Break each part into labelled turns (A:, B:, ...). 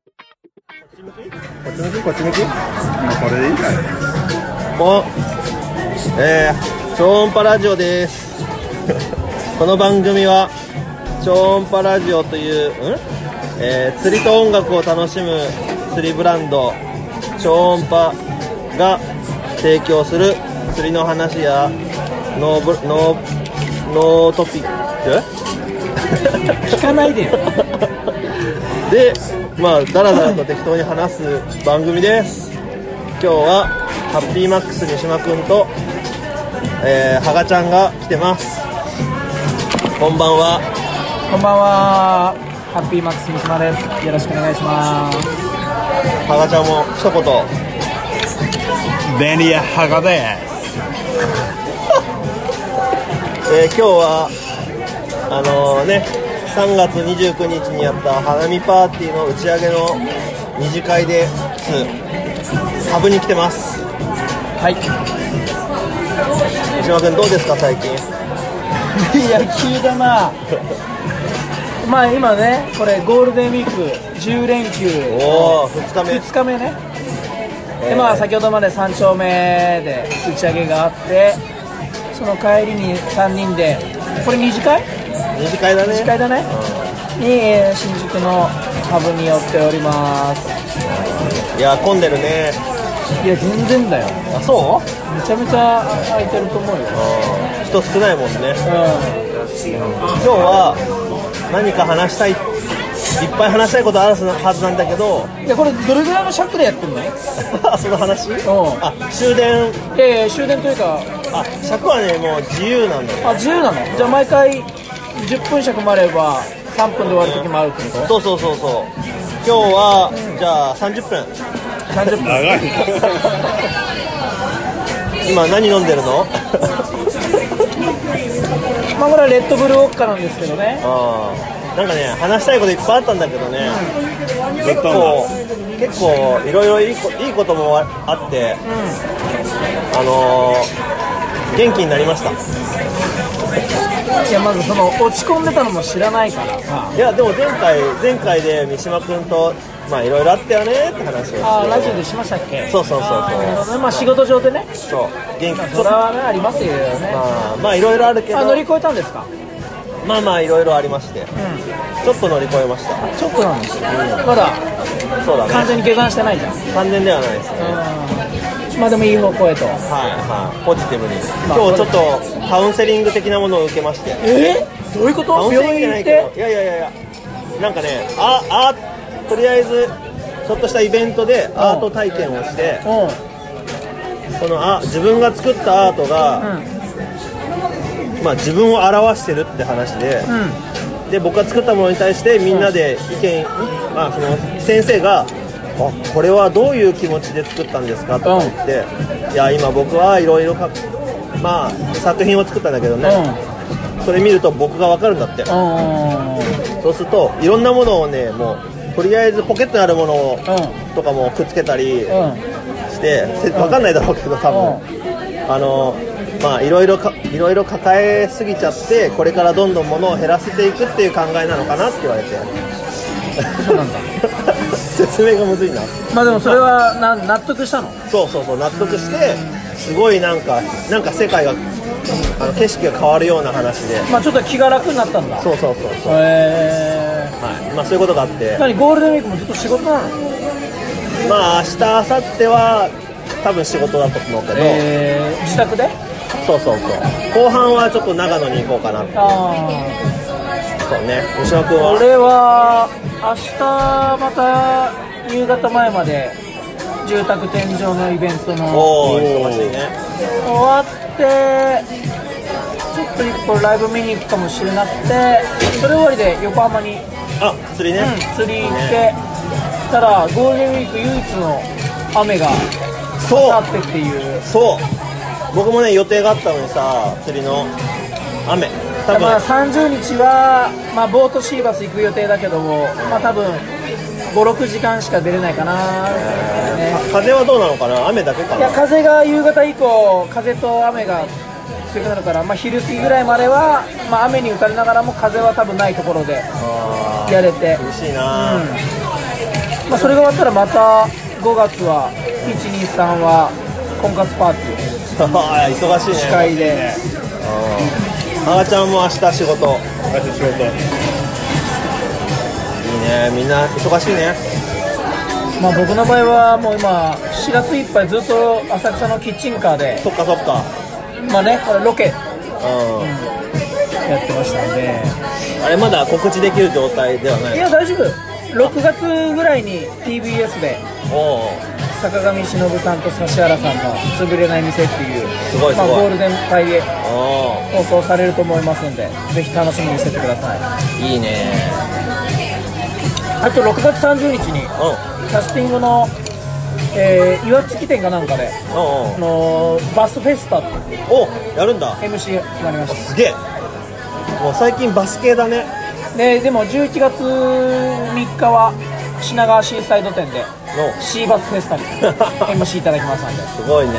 A: こっち向きこっち向きこれでいいかい
B: こんえー、超音波ラジオです この番組は超音波ラジオという、んえー釣りと音楽を楽しむ釣りブランド超音波が提供する釣りの話やノーブノーノートピック
C: 聞かないでよ
B: でまあダラダラと適当に話す番組です今日はハッピーマックス三島くんとえー、はがちゃんが来てますこんばんは
C: こんばんはハッピーマックス三島ですよろしくお願いします
B: はがちゃんも一言
A: 便利やはがです
B: えー、今日はあのね3月29日にやった花見パーティーの打ち上げの二次会ですサブに来てます
C: はい
B: 三島くんどうですか最近
C: いや急だなまあ今ねこれゴールデンウィーク10連休
B: おお2日目
C: 2日目ね、でまあ先ほどまで3丁目で打ち上げがあってその帰りに3人でこれ二次会
B: 二次会だね
C: 二次会だねにえー新宿のハブに寄っております
B: いや混んでるね
C: いや全然だよ
B: あそう
C: めちゃめちゃ空いてると思うよ
B: 人少ないもんね
C: う
B: 今日は何か話したいいっぱい話したいことあるはずなんだけど
C: んいやこれどれぐらいの尺でやってんの
B: その話
C: ん
B: あ終電
C: いやいや終電というか
B: あ尺はねもう自由なんだよ
C: あ自由なのじゃあ毎回10分尺もあれば3分で終わる時もあるってこと
B: そうそうそうそう今日は、じゃあ30分
C: 30分
A: 長い
B: 今何飲んでるの
C: まあこれはレッドブルウォッカなんですけどね
B: あーなんかね話したいこといっぱいあったんだけどね、結構結構いろいろいいこいいこともあって、あのー、元気になりました
C: いやまずその落ち込んでたのも知らないからさ
B: いやでも前回前回で三島君とまあいろいろあったよねって話をして
C: あーラジオでしましたっけ
B: そうそうそう
C: あーまあ仕事上でね
B: そうそう元気
C: それはねありますよね
B: まあまあいろいろあるけど
C: あ乗り越えたんですか
B: まあまあいろいろありまして、ちょっと乗り越えました
C: ちょっとなんですよまだ
B: そうだ
C: 完
B: ね
C: 全に下山してないじゃん
B: 完全ではないですね
C: まあでもいい方向へと
B: はいはいポジティブに
C: まあ
B: 今日ちょっとカウンセリング的なものを受けまして
C: えー、どういうこ
B: カウン
C: と
B: セリン
C: 病
B: グじゃ
C: 院
B: な
C: 行っ
B: いけど
C: て
B: いやいやいやいやなんかねああとりあえずちょっとしたイベントでアート体験をして
C: うん
B: そのあ自分が作ったアートが、まあ、自分を表してるって話で
C: うん
B: で僕が作ったものに対してみんなで意見、まあ、その先生が「あこれはどういう気持ちで作ったんですか?」とか言って「いや今僕はいろいろまあ作品を作ったんだけど
C: うん
B: ね、それ見ると僕が分かるんだって
C: うんうん
B: そうするといろんなものをねもうとりあえずポケットにあるものを
C: う
B: とかもくっつけたり
C: ん
B: してせ分かんないだろうけど多分あのまあいろいろかいろいろ抱えすぎちゃってこれからどんどんものを減らせていくっていう考えなのかなって言われて
C: そうなんだ
B: 説明がむずいな
C: まあでもそれはな納得したの
B: そうそうそう納得してすごいなんかなんか世界があの景色が変わるような話で
C: まあちょっと気が楽になったんだ
B: そうそうそうそう、
C: へえ
B: はい、まあそういうことがあって
C: 何ゴールデンウィークもずっと仕事なの
B: まあ明日明後日は多分仕事だと思うけど、
C: えー、自宅で
B: そうそうそう後半はちょっと長野に行こうかなって
C: あ
B: そうね吉野君
C: あ
B: は
C: 俺は明日また夕方前まで住宅天井のイベントの
B: おお忙しいね
C: 終わってちょっと一個ライブ見に行くかもしれなくてそれ終わりで横浜に、
B: あ釣りね、
C: 釣り行ってたらゴールデンウィーク唯一の雨が
B: そ
C: あ
B: う
C: ってっていう
B: そう僕もね予定があったのにさ釣りの雨多分
C: まあ30日は、まあ、ボートシーバス行く予定だけども、まあ、多分56時間しか出れないかな、ね
B: 風はどうなのかな雨だけか
C: いや
B: な
C: 風が夕方以降風と雨が強くなるから、まあ、昼過ぎぐらいまでは、まあ、雨に打たれながらも風は多分ないところで
B: あ
C: やれて
B: ー、厳しいな、
C: まあ、それが終わったらまた5月は123は婚活パーティー
B: あー忙しいね
C: 司会で
B: あがちゃんも明日仕事
A: 私仕事
B: いいねみんな忙しいね
C: まあ、僕の場合はもう今4月いっぱいずっと浅草のキッチンカーで、
B: そっかそっか
C: まあね、これロケや
B: う
C: ってましたんで
B: んあれまだ告知できる状態ではないい
C: や大丈夫6月ぐらいに TBS で
B: おお
C: 坂上忍さんと指原さんの「潰れない店」っていう
B: すごいすごい
C: まあ、ゴールデン帯で
B: おお
C: 放送されると思いますんでぜひ楽しみにしててください
B: いいね
C: あと6月30日に
B: うん
C: キャスティングの、えー岩槻店かなんかで、
B: うん
C: あのーバスフェスタっていう
B: おやるんだ
C: MC になりました
B: すげえもう最近バス系だね
C: ででも11月3日は品川シーサイド店で
B: の
C: シーバスフェスタに MC いただきましたんです
B: ごいね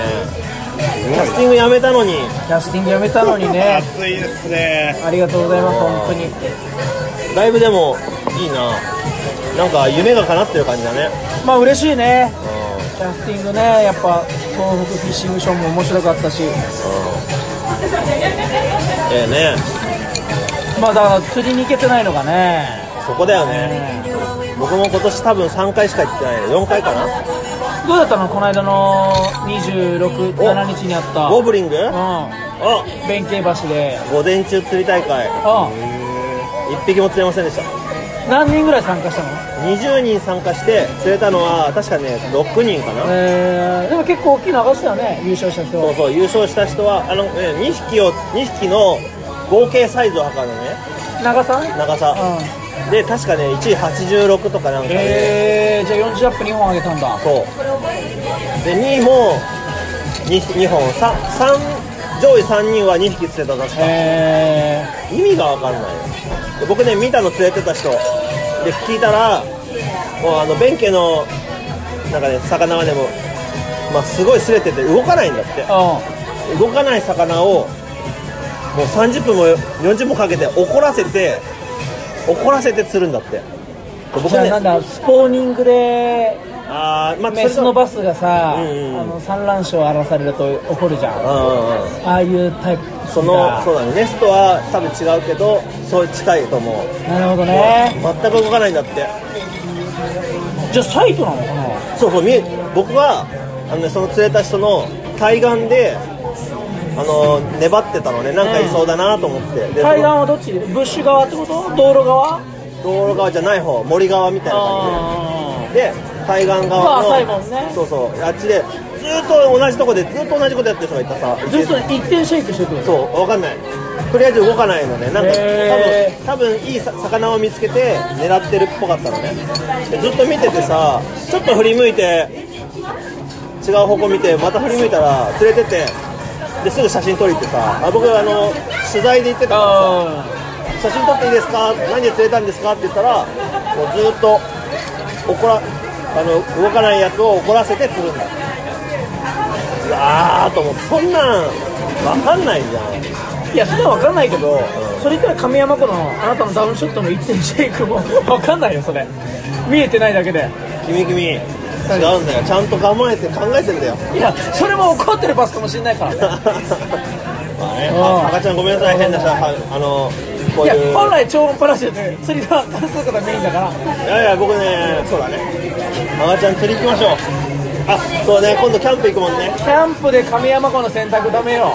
B: キャスティングやめたのに
C: キャスティングやめたのにね
A: 暑いですね
C: ありがとうございます本当に
B: ライブでもいいななんか夢が叶ってる感じだね
C: まあ嬉しいね
B: う
C: キャスティングねやっぱ東北フィッシングショーも面白かったし
B: んええね
C: まあだから釣りに行けてないのがね
B: そこだよね
C: ね
B: 僕も今年多分3回しか行ってない4回かな
C: どうだったのこの間の267日にあった
B: ボブリングあ
C: うん弁慶橋で
B: 午前中釣り大会
C: う
B: 1匹も釣れませんでした
C: ん何人ぐらい参加したの
B: 20人参加して釣れたのは確かね6人かな
C: えー、でも結構大きい流しだよね優勝した人
B: そうそう優勝した人はあの、ね、2匹を2匹の合計サイズを測るのね
C: 長さうん
B: 長さで確かね1位86とかなんかで、
C: えー、じゃあ40アップ2本あげたんだ
B: そうで2位も 2, 2本さ三上位3人は2匹釣れた確か
C: え
B: 意味が分かんないよで僕ね見たの釣れてた人で聞いたらもうあの弁慶のなんかね魚はでもまあすごい擦れてて動かないんだって
C: ー、うん
B: 動かない魚をもう30分も40分かけて怒らせて怒らせて釣るんだってで僕
C: じゃあ
B: ね
C: なんだスポーニングで
B: あーまあ
C: メスのバスがさ、
B: うんうん
C: あの産卵床を荒らされると怒るじゃんあ
B: うんうんうん
C: あいうタイプ
B: そのそうだねネストは多分違うけどそう近いと思う
C: なるほどね
B: 全く動かないんだって
C: じゃあサイトなのかな
B: そうそう見え僕はあの、ね、その釣れた人の対岸であの粘ってたのねなんかいそうだなと思って、で
C: 海岸はどっちブッシュ側ってこと道路側
B: 道路側じゃない方森側みたいな感
C: あ
B: じでで対岸
C: まあ
B: 側の
C: 浅いもんね
B: そうそうあっちでずーっと同じとこでずーっと同じことやってる人がいたさ
C: あずっと一点シェイクしてくる
B: そうわかんないとりあえず動かないのねなんか
C: へ
B: 多分多分いいさ魚を見つけて狙ってるっぽかったのねでずっと見ててさちょっと振り向いて違う方向見てまた振り向いたら連れててですぐ写真撮りってさあ僕あの取材で行ってたからさ
C: あ
B: 写真撮っていいですか何で釣れたんですかって言ったらもうずっと怒らあの動かないやつを怒らせて釣るんだうわーと思ってそんなん分かんないじゃん
C: いやそれは分かんないけど、それ言ったら神山湖のあなたのダウンショットの一点シェイクも分かんないよそれ見えてないだけで
B: 君君違うんだよちゃんと構えて考えてんだよ
C: いやそれも怒ってるパスかもしれないからね
B: まあねあ赤ちゃんごめんなさい変な人はあのこう
C: いや
B: いう
C: 本来超音パラシュートで釣りが出すことがメインだか
B: い
C: ら
B: やいや僕ねそうだね赤ちゃん釣り行きましょうあそうね今度キャンプ行くもんね
C: キャンプで神山湖の選択ダメよ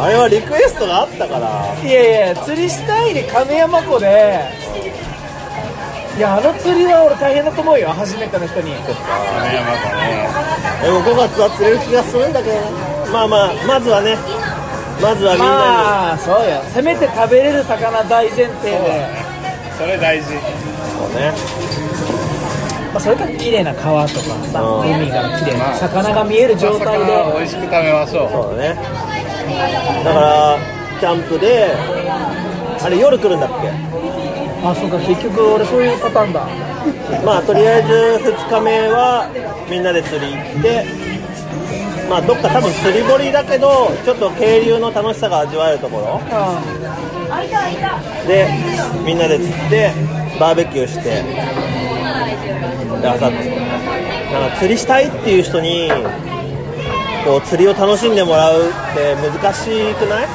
B: あれはリクエストがあったから
C: いやいや釣りしたいで神山湖でいやあの釣りは俺大変だと思うよ初めての人に
A: 亀山さんね
B: でも5月は釣れる気がするんだけどなまあまあまずはねまずはみんな
C: まあそうよせめて食べれる魚大前提で
A: それ大事
B: にそうね
C: まあ、それから綺麗な川とかさ
B: うん
C: 海が綺麗な魚が見える状態
A: 魚を美
C: で
A: 味しく食べましょう
B: そうだねだからキャンプであれ夜来るんだっけ
C: あそうか結局俺そういうパターンだ
B: まあとりあえず2日目はみんなで釣り行ってまあどっか多分釣り堀だけどちょっと渓流の楽しさが味わえるところでみんなで釣ってバーベキューしてで朝なんか釣りしたいっていう人にこう釣りを楽しんでもらうって難しくない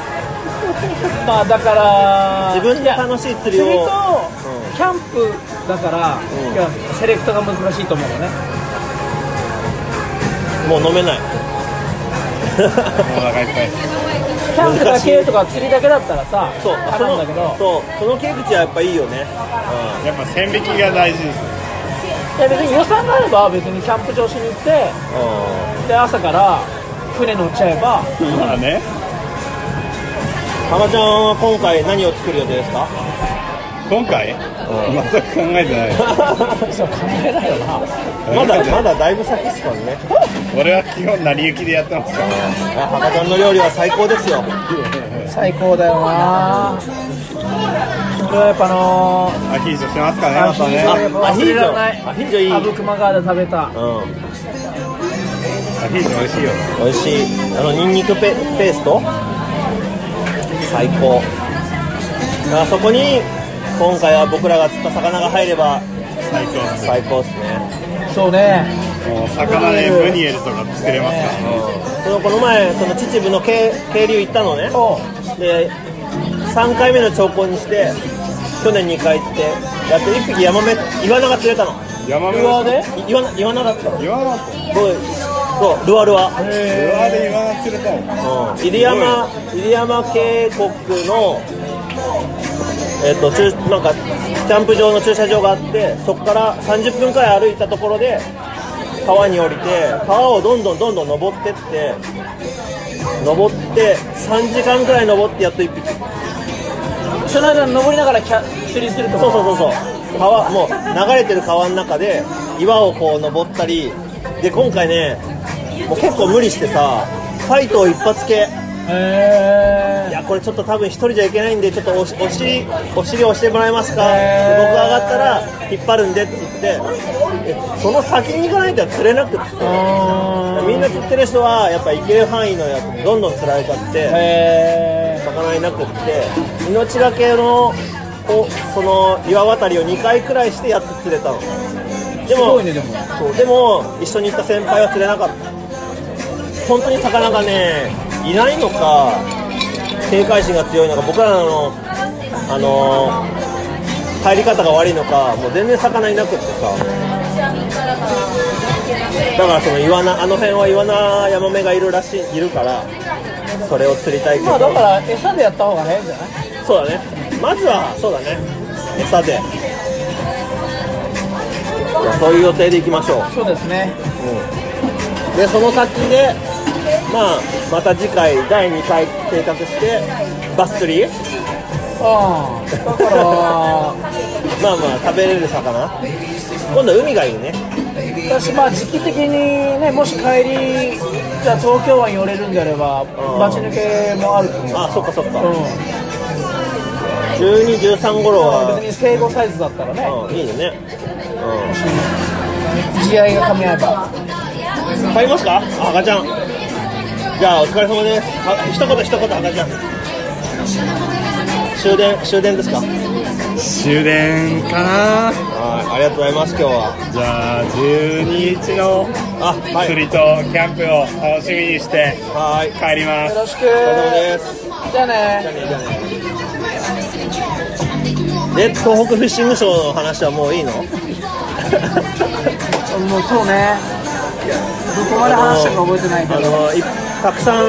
C: まあだから
B: 自分で楽しい釣りを
C: 釣り
B: うん
C: とキャンプだから、
B: うん
C: いやセレクトが難しいと思うのね
B: もう飲 めない
A: お腹いっぱい
C: キャンプだけとか釣りだけだったらさ
B: そう
C: あ
B: そ
C: なん
B: の
C: だけど
B: そうその切り口はやっぱいいよね、
A: やっぱ線引きが大事です
C: いや別に予算があれば別にキャンプ場しに行って
B: う
C: で朝から船乗っちゃえば
A: まあね
B: ん、浜ちゃんは今回何を作る予定ですか
A: 今回全く考えてない
C: そう考えないよな
B: まだまだだいぶ先ですからね
A: 俺は基本成り行きでやってますから
B: あ浜ちゃんの料理は最高ですよ
C: 最高だよなこれはやっぱあのー
A: アヒージョしますかね
C: ア
A: ま
C: ヒ
A: た
C: ージ
A: ね
C: ョ
A: ア
C: あ忘れられない
B: アヒージョいい
C: 阿武隈川で食べた
B: うん
A: ヒージョ美味しいよ
B: 美味しいあのニンニクペペースト最高あそこに今回は僕らが釣った魚が入れば
A: 最高です
B: 最高ですね、
C: そうね
A: もう魚でムニエルとか作れますから
B: そのこの前その秩父の渓渓流行ったのね
C: おう
B: で3回目の兆候にして去年2回行ってやって1匹ヤマメイワナが釣れたの
A: ヤマメ
C: ルアー
A: の
C: で
B: イイワナイワナだったの
A: 岩ワナ
B: そうそうルアルア
A: ルアーで岩ワナ釣れたの
B: 入山入山渓谷のえっ、と駐なんかキャンプ場の駐車場があってそこから30分くらい歩いたところで川に降りて川をどんどんどんどん登ってって登って3時間くらい登ってやっと1匹
C: その間登りながらキャ釣りすると
B: そう
C: こ
B: そうそうそう川もう流れてる川の中で岩をこう登ったりで今回ねもう結構無理してさファイトを一発系い
C: へえ
B: やこれちょっと多分一人じゃいけないんでちょっとおしお尻お尻押してもらえますか、
C: へー
B: 僕上がったら引っ張るんでって言ってでその先に行かないと釣れなくってみんな釣ってる人はやっぱ行ける範囲のやつどんどん釣られちゃって、
C: へ
B: 魚いなくって命がけのこその岩渡りを2回くらいしてやっと釣れたのですも
C: ごいねでも
B: そうでも一緒に行った先輩は釣れなかった本当に魚がねいないのか警戒心が強いのか僕らのあの入り方が悪いのかもう全然魚いなくってさだからそのイワナあの辺はイワナヤマメがいるらしいいるからそれを釣りたいけど
C: まあだから餌でやった方が早いんじゃない
B: そうだねまずはそうだね餌でじゃあそういう予定でいきましょう
C: そうですね
B: でその先で、まあ、また次回第2回計画してバス釣り
C: うんだから
B: まあまあ食べれる魚今度は海がいいね
C: 私まあ時期的にねもし帰りじゃあ東京湾寄れるんであれば
B: ん
C: 待ち抜けもあると思う
B: あそっかそっか
C: う
B: 1213頃
C: ん、
B: は、
C: 別に正誤サイズだったらね、
B: うん、いいよね、
C: 地合いが噛み合えば
B: うん、買いますかあ赤ちゃんじゃあお疲れ様ですあ一言一言赤ちゃん終電終電ですか
A: 終電かな
B: はいありがとうございます今日は
A: じゃあ12日の
B: あはい
A: 釣りとキャンプを楽しみにして
B: はい
A: 帰ります
C: よろしく
B: お疲れ様です
C: じゃあね
B: で東北フィッシングショーの話はもういいの
C: もうそうねどこまで話したか覚えてないけ
B: あ
C: ど
B: のいたくさん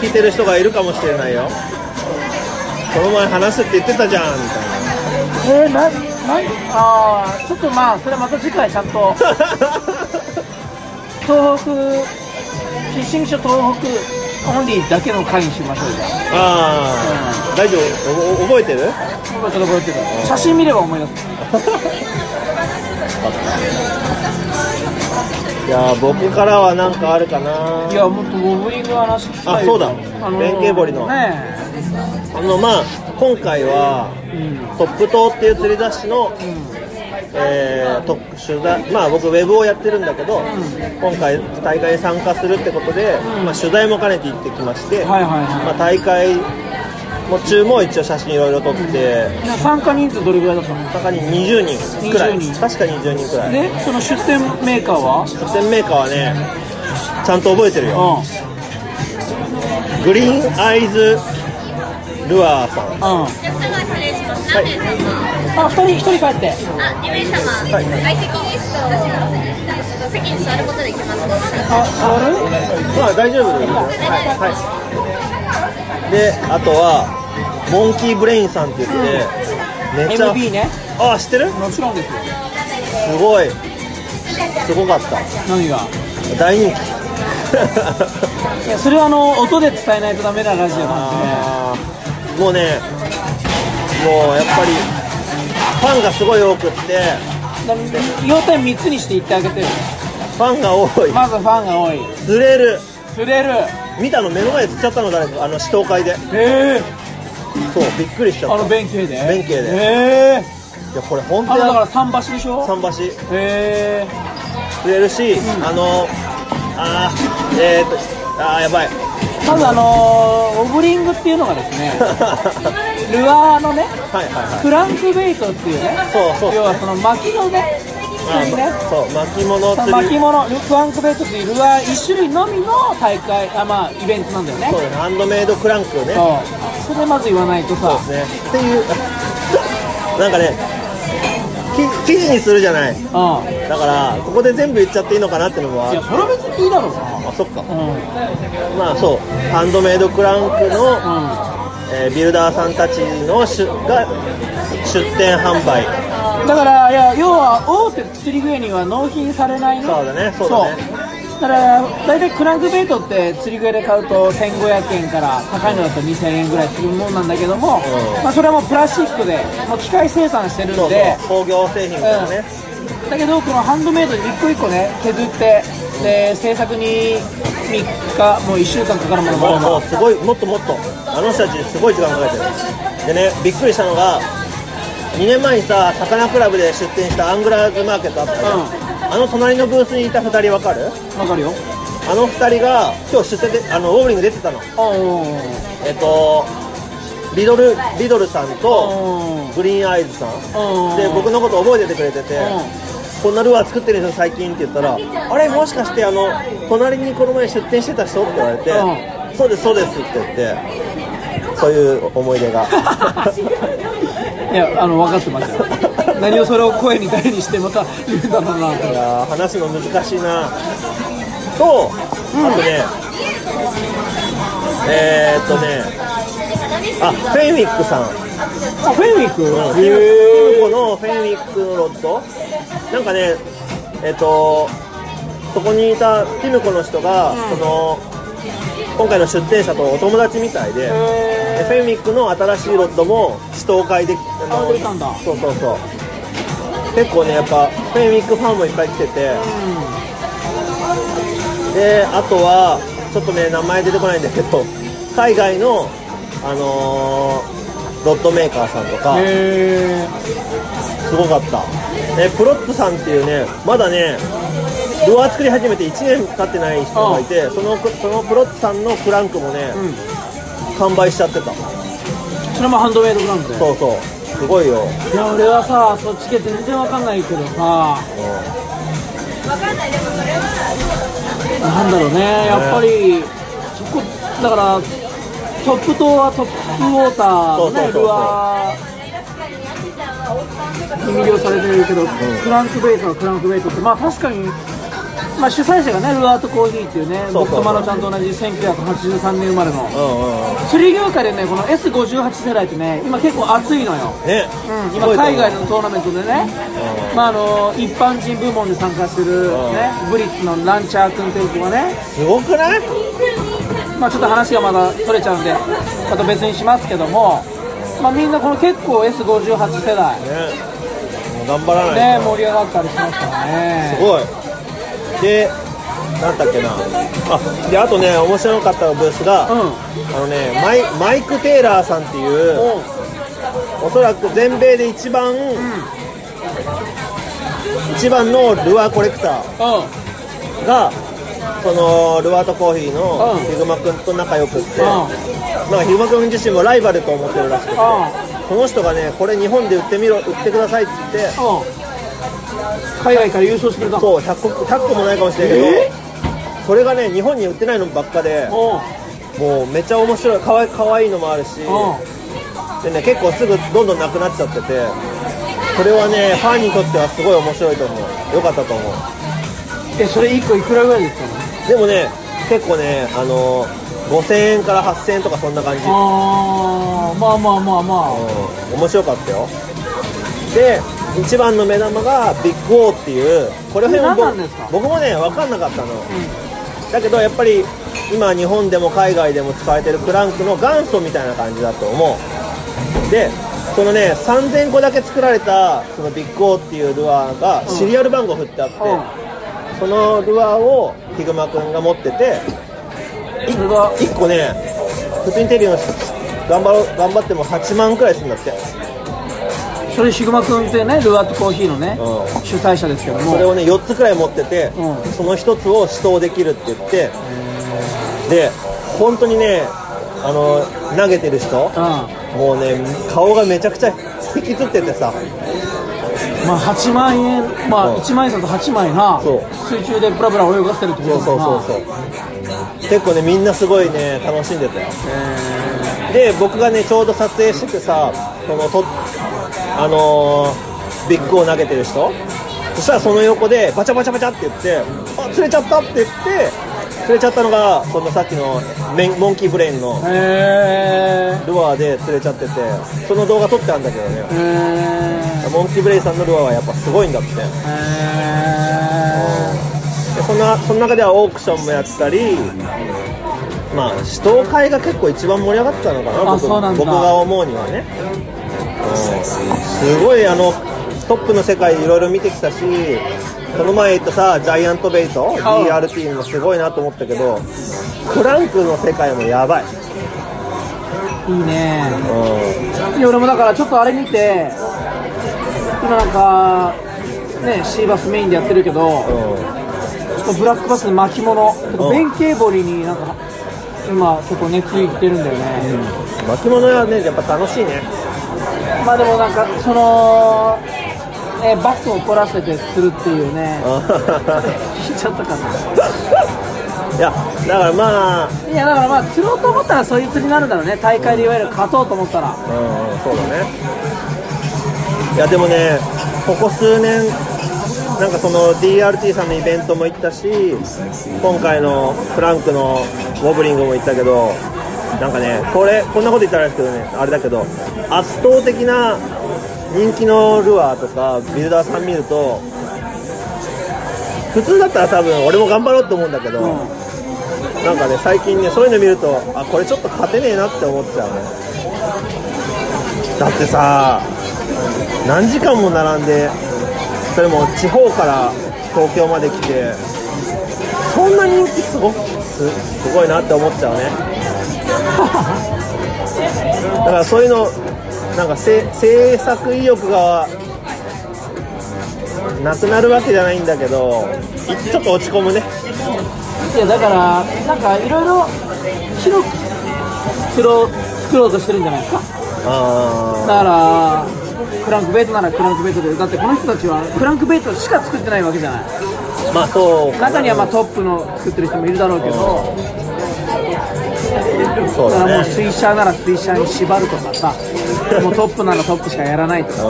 B: 聞いてる人がいるかもしれないよこの前話すって言ってたじゃんみたいな
C: えー、ななんああちょっとまあそれまた次回ちゃんと 東北フィッシングショー東北オンリーだけの会にしましょうじゃ
B: ああ大丈夫おお覚えてる
C: あ覚えてる覚えてる写真見れば思い出す
B: いやー僕からは何かあるかない
C: や、もっとボブリング話聞きたい
B: あそうだ弁慶堀
C: 堀
B: の
C: ね
B: あのまあ今回は
C: え、うん、
B: トップ島っていう釣り雑誌のえー、特取材まあ僕ウェブをやってるんだけど、今回大会に参加するってことで、まあ、取材も兼ねて行ってきまして、
C: はいはいはい
B: まあ、大会も中も一応写真いろいろ撮って、
C: な参加人数どれぐらいだったの
B: 中に20人くらい
C: 20人
B: 確か20人くらい
C: でその出店メーカーは
B: 出店メーカーはねちゃんと覚えてるよ
C: うん
B: グリーンアイズルアーさん
C: うんあ
D: お客様失礼します。何名様？
C: 二人一人帰って
D: あ、2名様。はい。相席リスト。私がお席に対して席に座ることできますか？
C: あ座る
B: まあ大丈夫ですよはいであとはモンキーブレインさんって言ってめちゃ
C: MB ね
B: あ知ってる
C: もちろんですよ
B: すごいすごかった
C: 何が
B: 大人気
C: いやそれはあの音で伝えないとダメなラジオなん
B: あーもうねもうやっぱりファンがすごい多くって
C: でね要点3つにして言ってあげてよ
B: ファンが多い
C: まずファンが多い
B: 釣れる
C: 釣れる
B: 見たの目の前で釣っちゃったの誰かあの死闘会で
C: ええ
B: そうびっくりしちゃ
C: あ
B: った
C: の
B: い
C: 弁慶で
B: 弁慶で
C: ええ
B: やこれ本当
C: あ
B: に
C: のだから桟橋でしょ
B: 桟橋
C: へえ
B: 釣れるし、あのあーえー、とあーやばい
C: まずあのー、オブリングっていうのがですね
B: は
C: ルアーのね
B: いはいはい
C: クランクベイトっていうね
B: そうそう
C: 要はその巻きのね釣りね
B: あそう巻物
C: そ
B: 釣
C: の巻
B: り
C: 物ルクランクベイトっていうルアー1種類のみの大会あまあイベントなんだよね
B: そうですハンドメイドクランクをね
C: そうそれまず言わないとさ
B: そうですねっていうなんかねき記事にするじゃない
C: うん
B: だからここで全部言っちゃっていいのかなってのもあ
C: い
B: る
C: やそれは別にいいだろうな
B: あそっか
C: うん
B: まあそうハンドメイドクランクの、えービルダーさんたちの出が出店販売
C: うんだからいや要は大手釣り具屋には納品されないね
B: そうだねそうだね
C: そうだから大体クランクベイトって釣り具屋で買うと1500円から高いのだと2000円ぐらいするもんなんだけども、
B: うん
C: まあ、それはもうプラスチックでもう機械生産してるんで
B: そうそう工業製品みたいなね、
C: だけどこのハンドメイドで一個一個ね削ってで制作に3日もう1週間かかるものもあ
B: もう
C: るの
B: もうすごいもっともっとあの人たちすごい時間かかってるでねびっくりしたのが2年前にさ魚クラブで出店したアングラーズマーケットあったじゃん、あの隣のブースにいた2人わかる
C: わかるよ
B: あの2人が今日出店であのウォーリング出てたの
C: う
B: えっとリドルリドルさんと
C: ん
B: グリーンアイズさん
C: うん
B: で僕のこと覚えててくれててこんなルアー作ってるんですよ最近って言ったらあれもしかしてあの隣にこの前出店してた人って言われてそうですそうですって言ってそういう思い出 が
C: いやあの分かってますよ何をそれを声に大にしてまた言うんだろうなと
B: いやー話すの難しいなとあとねえーっとねあフェンウィックさん
C: あフェンウィック
B: トルコのフェンウィックのロッドなんかねえっとそこにいたティムコの人が、その今回の出店者とお友達みたいで,で、フェンウィックの新しいロッドも試投会できあ
C: あ出たんだ
B: そうそうそう結構ねやっぱフェンウィックファンもいっぱい来てて、であとはちょっとね名前出てこないんだけど海外のあのーロッドメーカーさんとか、
C: へえ
B: すごかった、えプロップさんっていうねまだねルアー作り始めて1年経ってない人がいてそのそのプロップさんのクランクもね、完売しちゃってた
C: それもハンドメイドなんで
B: そうそうすごいよ、
C: いや俺はさそっち系全然わかんないけどさ
B: う
C: なんだろうねやっぱりそこだからトップ島はトップウォーターの
B: そうそう
C: ね
B: そう
C: ルアーに魅了されてるけど、クランクベイトはクランクベイトってまあ確かに、まあ、主催者がねルアーとコーヒーっていうね
B: そうそうそう
C: 僕とマロちゃんと同じ1983年生まれの
B: ん、うんうんうん
C: 釣り業界でねこの S58 世代ってね今結構熱いのよ
B: ね、す
C: 今
B: ごいと思う
C: 海外のトーナメントでね、まあ、あの一般人部門で参加する、ね、ブリッツのランチャー君という子がね、
B: すごくない
C: まあ、ちょっと話がまだ取れちゃうんで、また別にしますけども、まあ、みんなこの結構 S58 世代
B: ねもう頑張らない
C: で
B: と、
C: 盛り上がったりしますから
B: す
C: ね。
B: ごいでなんだっけなあであとね面白かったブースが、
C: うん
B: あのねマイマイク・テイラーさんっていうおそらく全米で一番、一番のルアーコレクタ
C: うん
B: ーがそのルアーとコーヒーの
C: うん
B: ヒグマくんと仲良くって
C: うん
B: なんかヒグマくん自身もライバルと思ってるらしくて
C: う
B: この人がねこれ日本で売ってみろ売ってくださいって言って
C: んうん海外から優勝してくれたの
B: そう100個100個もないかもしれないけどそれがね日本に売ってないのばっかで
C: うん
B: もうめっちゃ面白いかわいかわいいのもあるし
C: うん
B: でね結構すぐどんどんなくなっちゃっててそれはねファンにとってはすごい面白いと思うよかったと思う
C: えそれ一個いくらぐらいで売ったの
B: でもね結構ねあの5000円から8000円とかそんな感じ、
C: あーまあまあまあま
B: うん面白かったよで一番の目玉がビッグオーっていうこれ
C: 何
B: 僕
C: なんですか
B: 僕もね分かんなかったの、だけどやっぱり今日本でも海外でも使われてるクランクの元祖みたいな感じだと思うでそのね3000個だけ作られたそのビッグオーっていうルアーがシリアル番号振ってあって、そのルアーをヒグマくんが持ってて
C: あそれが
B: 1個ね普通にテレビの頑張ろう頑張っても8万くらいするんだって、う
C: それシグマくんっていうねルアットコーヒーのね
B: ん、
C: 主催者ですけども
B: それをね4つくらい持ってて、
C: うん
B: その1つを死闘できるって言ってで本当にねあの投げてる人
C: うんま
B: もうね顔がめちゃくちゃ引きつっててさ
C: あ8万円ま
B: う
C: あ
B: ん
C: 1万円札8枚な
B: そう
C: 水中でブラブラ泳がせてるってこ
B: そ
C: と
B: う
C: だ
B: そうそうそう結構ねみんなすごいね楽しんでたよで僕がねちょうど撮影しててさそのとあのービッグを投げてる人そしたらその横でバチャバチャバチャって言って「あ釣れちゃった」って言って釣れちゃったのがそのさっきのメンモンキーブレインの
C: へえ
B: ルアーで釣れちゃっててその動画撮ってあるんだけどね
C: へえ
B: モンキーブレインさんのルアーはやっぱすごいんだって
C: へえ
B: でそんなその中ではオークションもやったりまあ死闘会が結構一番盛り上がってたのかな
C: あ
B: 僕
C: そうなんだ
B: 僕が思うにはね、うんすごいあのトップの世界いろいろ見てきたしこの前言ったさジャイアントベイト DRT もすごいなと思ったけどクランクの世界もやばい、う
C: いいね
B: ん、
C: いや俺もだからちょっとあれ見て今なんかねシーバスメインでやってるけど、ブラックバスの巻物、
B: うん
C: 弁慶堀になんか今、結構熱いってるんだよね、
B: 巻物はねやっぱ楽しいね
C: まあでもなんか、その、ね、バスを怒らせてするっていうね、聞いちゃったかな、
B: いやだからまあ
C: いやだからまあ、釣ろうと思ったら、そういう釣りになるんだろうね、大会でいわゆる勝とうと思った
B: う
C: ら、
B: んそうだねいやでもねここ数年なんかその DRT さんのイベントも行ったし今回のフランクのウォブリングも行ったけどなんかねこれこんなこと言ったらあれですけどねあれだけど圧倒的な人気のルアーとかビルダーさん見ると普通だったら多分俺も頑張ろうと思うんだけど、なんかね最近ねそういうの見るとあこれちょっと勝てねえなって思っちゃうねだってさ何時間も並んでそれも地方から東京まで来てそんな人気すごくすすごいなって思っちゃうねだからそういうのなんかせ制作意欲がなくなるわけじゃないんだけどいちょっと落ち込むね
C: いやだから、なんかいろいろ広く釣ろう作ろうとしてるんじゃないですか。
B: あ
C: だからクランクベイトならクランクベイトでだってこの人たちはクランクベイトしか作ってないわけじゃない
B: あまあそうかな
C: 中にはまあトップの作ってる人もいるだろうけど
B: そう
C: だか
B: だ
C: らも
B: ね
C: う水車なら水車に縛るとかさもうトップならトップしかやらないとかさ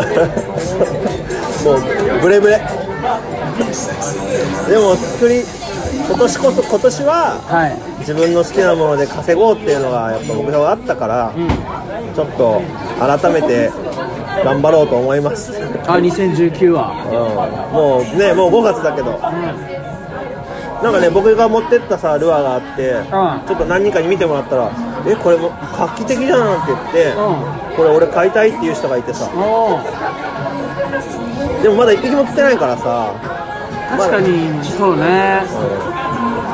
B: もうブレブレでも作り今年こそ今年は
C: はい
B: 自分の好きなもので稼ごうっていうのがやっぱ目標があったから、ちょっと改めて頑張ろうと思います、うん
C: あ2019は
B: もうねもう5月だけど、なんかね僕が持ってったさルアーがあって、
C: ん
B: ちょっと何人かに見てもらったら「えこれも画期的じゃん」って言って、
C: う
B: これ俺買いたいっていう人がいてさ
C: おー
B: でもまだ1匹も来てないからさ
C: 確かにそうね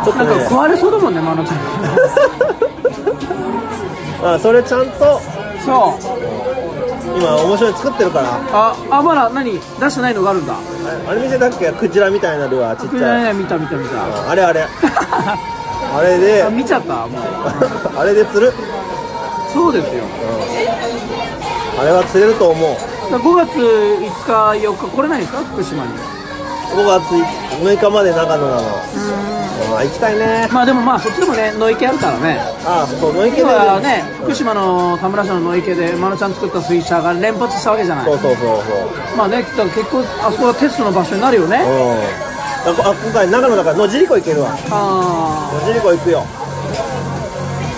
B: ちょっと
C: なんか
B: ね
C: 壊れそうだもんねマノちゃん
B: あそれちゃんと
C: そう
B: 今面白いの作ってるから
C: ああまだ何出してないのがあるんだ
B: ああれ見せたっけクジラみたいなルアーちっ
C: く
B: ちゃい
C: 見た見た見 た
B: あれあれあれで
C: あ見ちゃったもう
B: あれで釣る
C: そうですよ
B: あれは釣れると思う
C: だから5月5日4日来れないですか福島に
B: 5月6日まで長野なのあー行きたいね
C: まあでもまあそっちでもね野池あるからね
B: ああそう野池で
C: 今日はね福島の田村市の野池でまなちゃん作ったスイッチャーが連発したわけじゃない
B: そうそうそうそう
C: まあねだから結構あそこはテストの場所になるよね
B: うんあこあ今回長野だから野尻湖行けるわ
C: あ
B: 野尻湖行くよ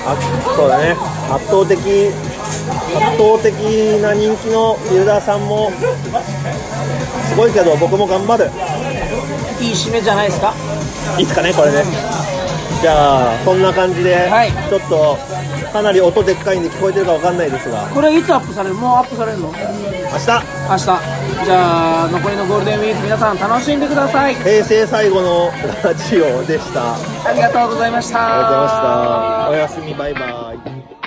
B: あそうだね圧倒的圧倒的な人気のビルダーさんもすごいけど僕も頑張る
C: あいい締めじゃないですか
B: いいっすかねこれねじゃあそんな感じで、
C: はい
B: ちょっとかなり音でっかいんで聞こえてるかわかんないですが
C: これいつアップされるもうアップされるの
B: 明日
C: 明日じゃあ残りのゴールデンウィーク皆さん楽しんでください
B: 平成最後のラジオでしたあり
C: ありがとうございました
B: がとうございましたおやすみバイバイ